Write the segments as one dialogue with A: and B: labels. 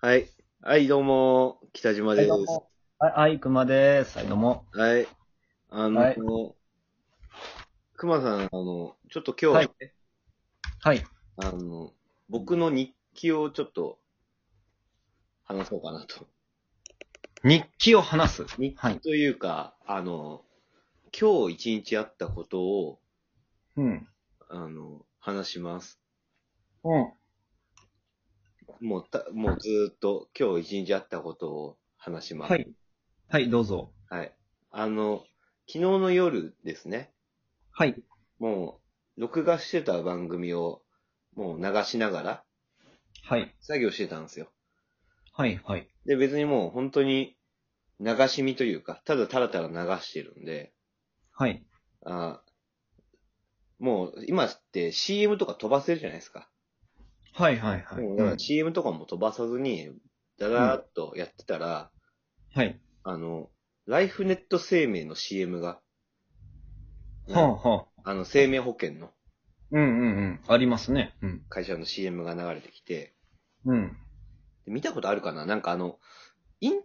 A: はい。はい、どうも、北島
B: は
A: で
B: い、
A: す
B: ど。うも。はい、はい、熊です。はい、どうも。
A: はい。あの、
B: はい
A: くまさん、あの、ちょっと今日、
B: はいはい。
A: あの、僕の日記をちょっと、話そうかなと。
B: 日記を話す。
A: 日
B: は
A: 記
B: い
A: というか、あの、今日一日あったことを、
B: うん。
A: あの、話します。
B: うん。
A: もうた、もうずーっと今日一日あったことを話します。
B: は。い。はい、どうぞ。
A: はい。あの、昨日の夜ですね。
B: はい。
A: もう、録画してた番組を、もう流しながら、
B: はい。
A: 作業してたんですよ。
B: はい、はい。
A: で、別にもう本当に、流し見というか、ただたらたら流してるんで、
B: はい。
A: あもう、今って CM とか飛ばせるじゃないですか。
B: はい、はい、はい。
A: もうだか
B: うん
A: ら CM とかも飛ばさずに、だらーっとやってたら、
B: はい。
A: あの、ライフネット生命の CM が、
B: はあ、はあ。
A: あの、生命保険の
B: うん、うん、うん。ありますね。うん。
A: 会社の CM が流れてきて、
B: うん。
A: で見たことあるかななんかあの、イン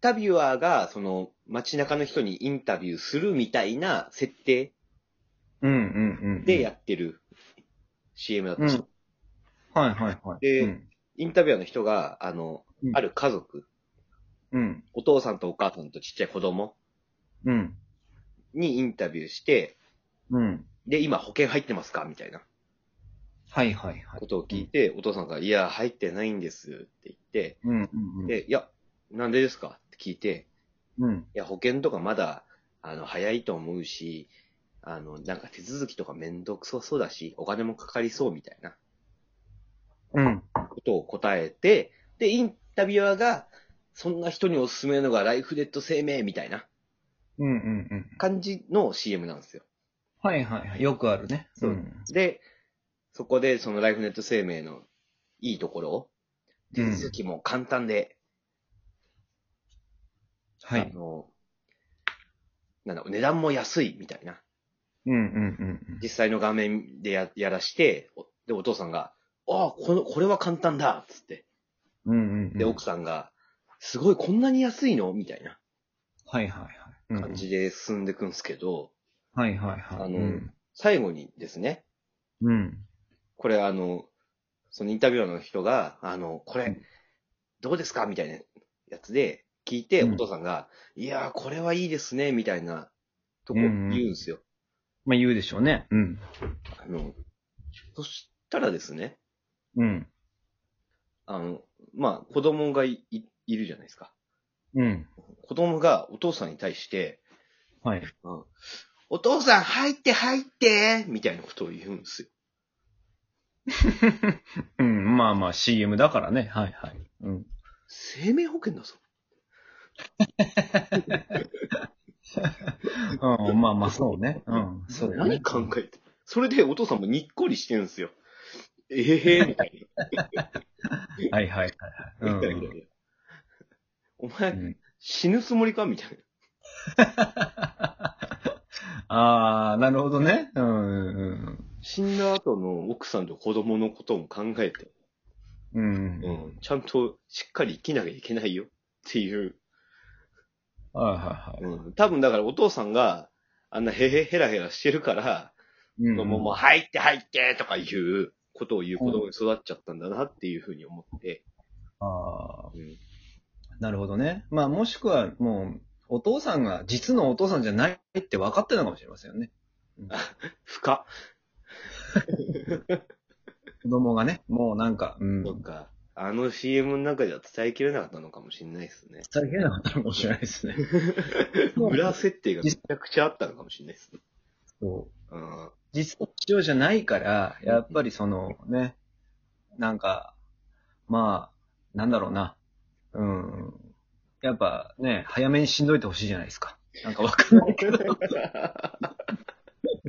A: タビュアーが、その、街中の人にインタビューするみたいな設定
B: うん、うん、うん。
A: でやってる CM だったんですよ、
B: はい、はい、はい。
A: で
B: うん
A: インタビュアーの人が、あの、
B: うん
A: ある家族、
B: うん。
A: お父さんとお母さんとちっちゃい子供
B: うん。
A: にインタビューして、
B: うん。
A: で、今保険入ってますかみたいな
B: はい、はい、はい
A: こ。とを聞いて、お父さんが、いや、入ってないんですって言って、
B: うん、うん、
A: で、いや、なんでですかって聞いて、
B: うん。うん。
A: いや、保険とかまだ、あの、早いと思うし、あの、なんか手続きとかめんどくそそうだし、お金もかかりそうみたいな
B: うん。
A: ことを答えて、で、インタビュアーが、そんな人におすすめなのがライフネット生命みたいな
B: うん、うん、うん。
A: 感じの CM なんですよ。
B: はい、はい、はい。よくあるね。
A: そうんで、そこでそのライフネット生命のいいところを、
B: う
A: 手
B: ん
A: 続きも簡単で、
B: は
A: あ
B: い。
A: の、なんだ、値段も安いみたいな。
B: うん、うん、うんうん。
A: 実際の画面でややらして、おで、お父さんが、ああ、この、これは簡単だっつって。
B: うんうんうん。
A: で、奥さんが、すごい、こんなに安いのみたいな
B: はいはいはい。うん
A: 感じで進んでくんですけど、
B: はいはいはい。
A: あの
B: うん
A: 最後にですね、
B: うん。
A: これあの、そのインタビュアーの人が、あの、こ
B: う
A: れ
B: ん、
A: どうですかみたいなやつで聞いて、
B: うん
A: お父さんが、いやー、これはいいですね、みたいなとこ
B: うん
A: 言う
B: うん
A: んですよ。
B: まあ言うでしょうね。うん。
A: あの、そしたらですね、
B: うん。
A: あの、まあ、子供がいいいるじゃないですか。
B: うん。
A: 子供がお父さんに対して、
B: はい。
A: うんお父さん入って入ってみたいなことを言うんですよ。
B: うん。まあまあ CM だからね。はいはい。うん。
A: 生命保険だぞ。
B: うん、まあまあそうね。うん。そうだね
A: 何。考えて。それでお父さんもにっこりしてるんですよ。ええみたい
B: はいはいはい
A: な。
B: は
A: い
B: い。
A: やいやいやお前、
B: うんうん。
A: 死ぬつもりかみたいな。
B: ああ、なるほどね。うんうん
A: 死んだ後の奥さんと子供のことも考えて、
B: うんうん。うん。
A: う
B: はい
A: ん、ちゃんとしっかり生きなきゃいけないよっていう。
B: は
A: うん、多分だからお父さんがあんなへへへらへらしてるから、
B: いはい。
A: 子供も入って入ってとかいうことを言う子供に育っちゃったんだなっていうふうに思って。
B: ああー、
A: うん
B: なるほどね。まあもしくはもう、お父さんが実のお父さんじゃないって分かってたかもしれませんよね。
A: 深っ。
B: 子供がね、もうなんか、うん。
A: とか、あの CM の中では伝えきれなかったのかもしれないですね。
B: 伝えきれなかったのかもしれないですね。そう
A: 裏設定がめちゃくちゃあったのかもしれないですね。
B: そう
A: うん。
B: 実の父親じゃないから、やっぱりそのね、なんか、まあ、なんだろうな。うん。やっぱね、早めに死んどいてほしいじゃないですか。なんかわかん ないけど。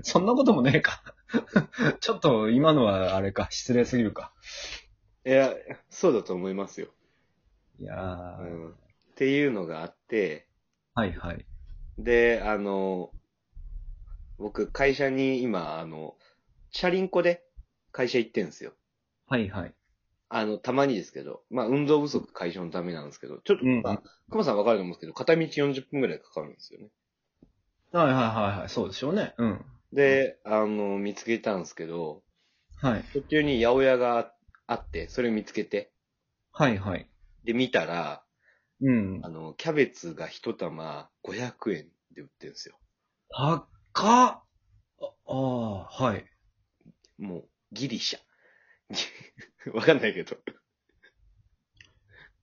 B: そんなこともねえか。 ちょっと今のはあれか、失礼すぎるか。
A: いや、そうだと思いますよ。
B: いやー、
A: うん。っていうのがあって、
B: はいはい。
A: で、あの、僕、会社に今、あの、チャリンコで会社行ってんですよ。
B: はいはい。
A: あの、たまにですけど、まあ、運動不足解消のためなんですけど、ちょっと、
B: うん
A: まあ、熊さんわかると思うんですけど、片道40分くらいかかるんですよね。
B: はいはいはいはい、そうでしょうね。うん。
A: で、あの、見つけたんですけど、
B: はい。
A: 途中に八百屋があって、それ見つけて、
B: はいはい。
A: で、見たら、
B: うん
A: あ。の、キャベツが一玉500円で売ってるんですよ。
B: 高っああー、はい。
A: もう、ギリシャ。 わかんないけど。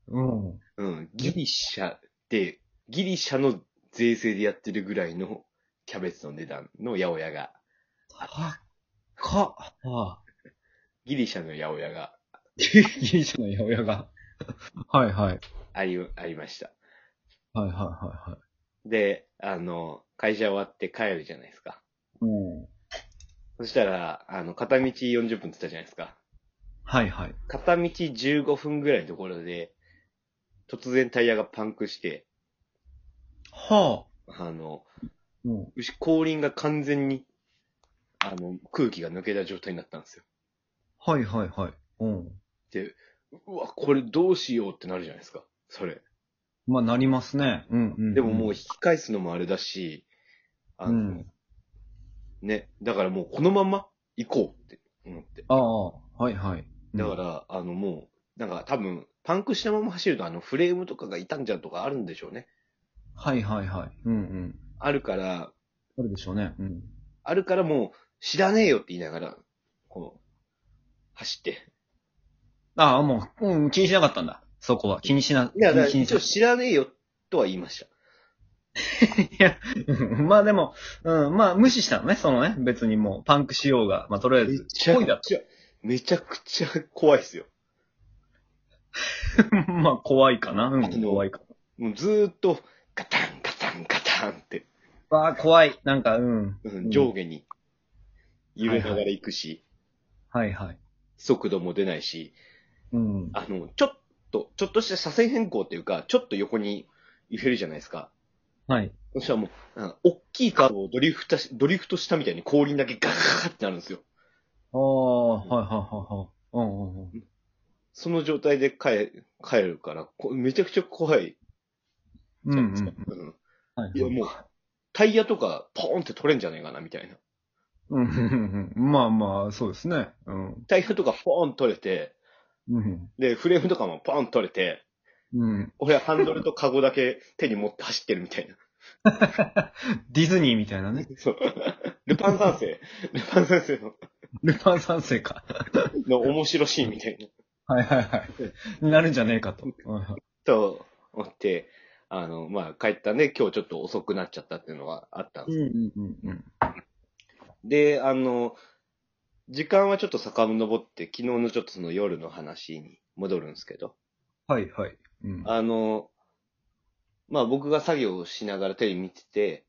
B: うん。
A: うん、ギリシャで、ギリシャの税制でやってるぐらいのキャベツの値段の八百屋が、
B: 高っあ
A: ギリシャの八百屋が
B: ー。ギリシャの八百屋が。はいはい。
A: あり、ありました。
B: はいはいはいはい。
A: で、あの、会社終わって帰るじゃないですか。
B: うん。
A: そしたら、あの、片道40分って言ったじゃないですか。
B: はいはい。
A: 片道15分ぐらいのところで、突然タイヤがパンクして、
B: はあ。
A: あの、
B: うん。
A: 牛後輪が完全に、あの、空気が抜けた状態になったんですよ。
B: はいはいはい。うん。
A: で、うわ、これどうしようってなるじゃないですか。それ。
B: まあ、なりますね。うん、うん。
A: でももう
B: う
A: 引
B: ん、
A: き返すのもあれだし、あ
B: う
A: の、
B: ん。
A: ね、だからもうこのまま行こうって思って。
B: ああ、はいはい。
A: だから、あのもう、なんか多分、パンクしたまま走るとあのフレームとかが傷んじゃうとかあるんでしょうね。
B: はいはいはい。うんうん。
A: あるから、
B: あるでしょうね。うん。
A: あるからもう、知らねえよって言いながら、こう、走って。
B: ああ、もう、うん、気にしなかったんだ。そこは。気にしな、
A: いや、だから
B: 気にし
A: 一応知らねえよとは言いました。
B: うんまあでも、うん、まあ無視したのね、そのね、別にもう、パンクしようが、まあとりあえ
A: め
B: ず、
A: ちゃ
B: 恋だ
A: くちゃ、めちゃくちゃ怖いっすよ。
B: まあ怖いかな、うん
A: あの
B: 怖いか。
A: もうずーっと、ガタンガタンガタンって、
B: わあ、怖い。なんか、うん。
A: うん
B: うん
A: 上下に揺れながら行くし、
B: はいはい。
A: 速度も出ないし、
B: うん。
A: あの、ちょっと、ちょっとした車線変更っていうか、ちょっと横に揺れるじゃないですか。
B: はい。
A: そしたらもう、あの大きいカーブをドリフトし、ドリフトしたみたいに後輪だけガーってなるんですよ。
B: ああ、はいはいはいはい。うんうんうん。
A: その状態で帰、帰るから、こめちゃくちゃ怖い。
B: うんうん。
A: うん
B: はい
A: いや、もう、タイヤとか、ポーンって取れんじゃねえかな、みたいな。
B: うんうんうん。まあまあ、そうですね。うん。
A: タイヤとかポーン取れて、
B: うん。
A: で、フレームとかもポーン取れて、
B: うん。
A: 俺はハンドルとカゴだけ手に持って走ってるみたいな。
B: ディズニーみたいなね。
A: そう。 ルパン三世、ルパン三世の
B: ルパン三世か。
A: の面白シーンみたいな。
B: はいはいはい。になるんじゃねえかと。はいはい
A: と思って、あの、まあ、帰ったんで、今日ちょっと遅くなっちゃったっていうのがあったん
B: う
A: で
B: ん
A: す。
B: うんうんうん。
A: で、あの、時間はちょっと遡って、昨日のちょっとその夜の話に戻るんですけど、
B: はいはい。うん。
A: あの、まあ、僕が作業をしながらテレビ見てて、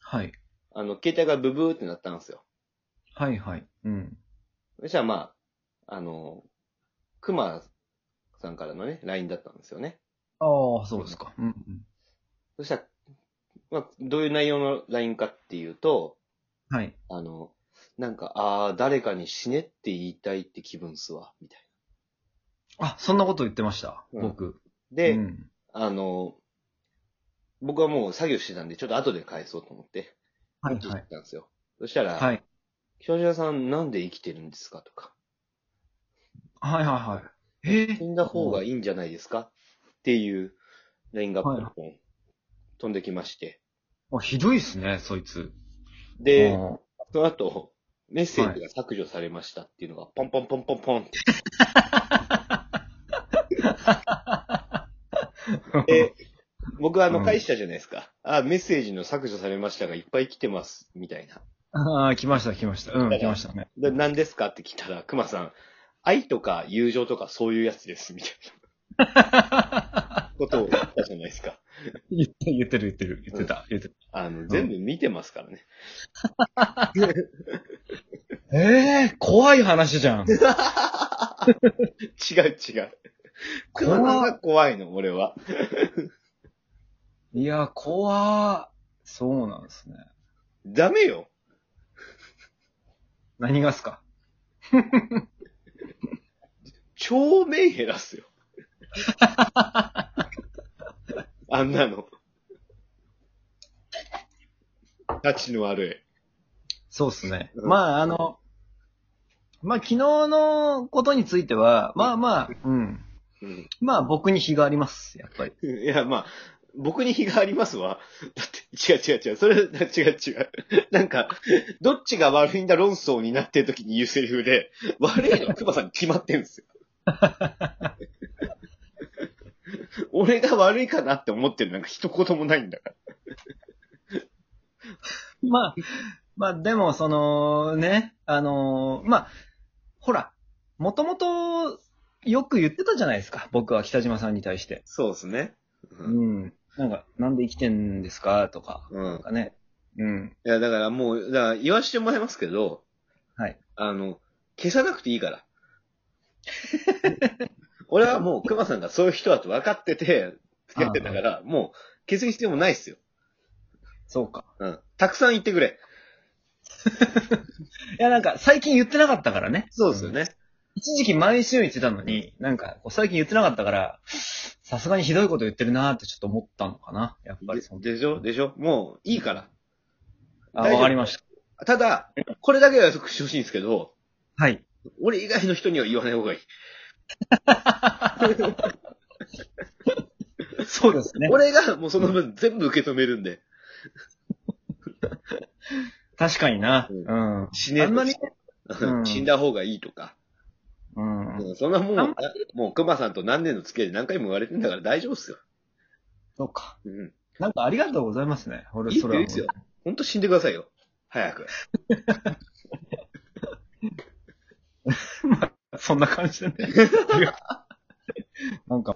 B: はい。
A: あの、携帯がブブーってなったんですよ。
B: はいはい。うん。
A: そしたらまあ、あの、熊さんからのね、LINE だったんですよね。
B: ああ、そうですか。うんうん。
A: そしたら、まあ、どういう内容の LINE かっていうと、
B: はい。
A: あの、なんか、ああ、誰かに死ねって言いたいって気分っすわ、みたい
B: あ、そんなこと言ってました。
A: うん
B: 僕。
A: な。で、
B: うん
A: あの、僕はもう作業してたんで、ちょっと後で返そうと思って、
B: はい
A: 返
B: は
A: っ
B: い。
A: たんですよ。そしたら、
B: はい。
A: 少女さんなんで生きてるんですかとか、
B: はいはいはい。え
A: 死
B: ー
A: んだ方がいいんじゃないですかっていうラインがポ
B: はい
A: ンポン飛んできまして。
B: あ、ひどいっすね、そいつ。
A: で、
B: うん
A: その後、メッセージが削除されましたっていうのが、ポンポンポンポンポンって。で、僕はあ
B: う
A: の、
B: ん
A: 返したじゃないですか。あ、メッセージの削除されましたがいっぱい来てます、みたいな。
B: ああ、来ました来ました。うん、来ましたね。
A: で何ですかって聞いたら、熊さん、愛とか友情とかそういうやつです、みたいなことを言ったじゃないですか。
B: 言って言ってる言ってる言ってた言ってた。
A: あの、全部見てますからね。
B: ええ、怖い話じゃん。
A: 違う違う。熊さんが怖いの、俺は。
B: いや、怖ー。そうなんですね。
A: ダメよ。
B: 何がっすか
A: 超メンヘラっすよ。あんなの。たちの悪
B: そうっすね。
A: うん
B: まあ、あの、まあ、昨日のことについては、まあまあ、うん。
A: い。うん
B: まあ、僕に非があります、やっ ぱり。
A: いや、まあ、僕に非がありますわ。だって、違う違う違う。それ、違う違う。なんか、どっちが悪いんだ論争になってる時に言うセリフで、悪いのは熊さんに決まってん ですよ。俺が悪いかなって思ってるなんか一言もないんだから。
B: まあ、まあ、でも、その、ね、あの、まあ、ほら、もともと、よく言ってたじゃないですか。僕は北島さんに対して。
A: そうですね。う。
B: うんん。なんか、なんで生きてんですかとか、
A: うん
B: なんかね。うん。
A: いや、だからもう、だから言わしてもらいますけど、
B: はい。
A: あの、消さなくていいから。 俺はもう、熊さんがそういう人だと分かってて、付き合ってたから、もう、消す必要もないっすよ。
B: そうか。
A: うん。たくさん言ってくれ。
B: いや、なんか、最近言ってなかったからね。
A: そうですよね。
B: 一時期毎週言ってたのに、なんか、こう最近言ってなかったから、さすがにひどいこと言ってるなーってちょっと思ったのかな。やっぱりその。
A: ででしょでしょもう、いいから。
B: あ、
A: 大丈夫
B: わかりました。
A: ただ、これだけは約束してほしいんですけど、
B: はい。
A: 俺以外の人には言わない方がいい。
B: そうですね。
A: 俺がもうその分全部受け止めるんで。
B: 確かにな。
A: う
B: うん。
A: 死ね
B: あんまり、うん
A: 死んだ方がいいとか。
B: うん。
A: うんそんなもん
B: あん、
A: もう熊さんと何年の付き合いで何回も言われてんだから大丈夫っすよ。
B: そうか。
A: うん。
B: なんかありがとうございますね。俺、
A: いい
B: それはも
A: いいですよほんと死んでくださいよ。早く。
B: う。そんな感じでね。なんか、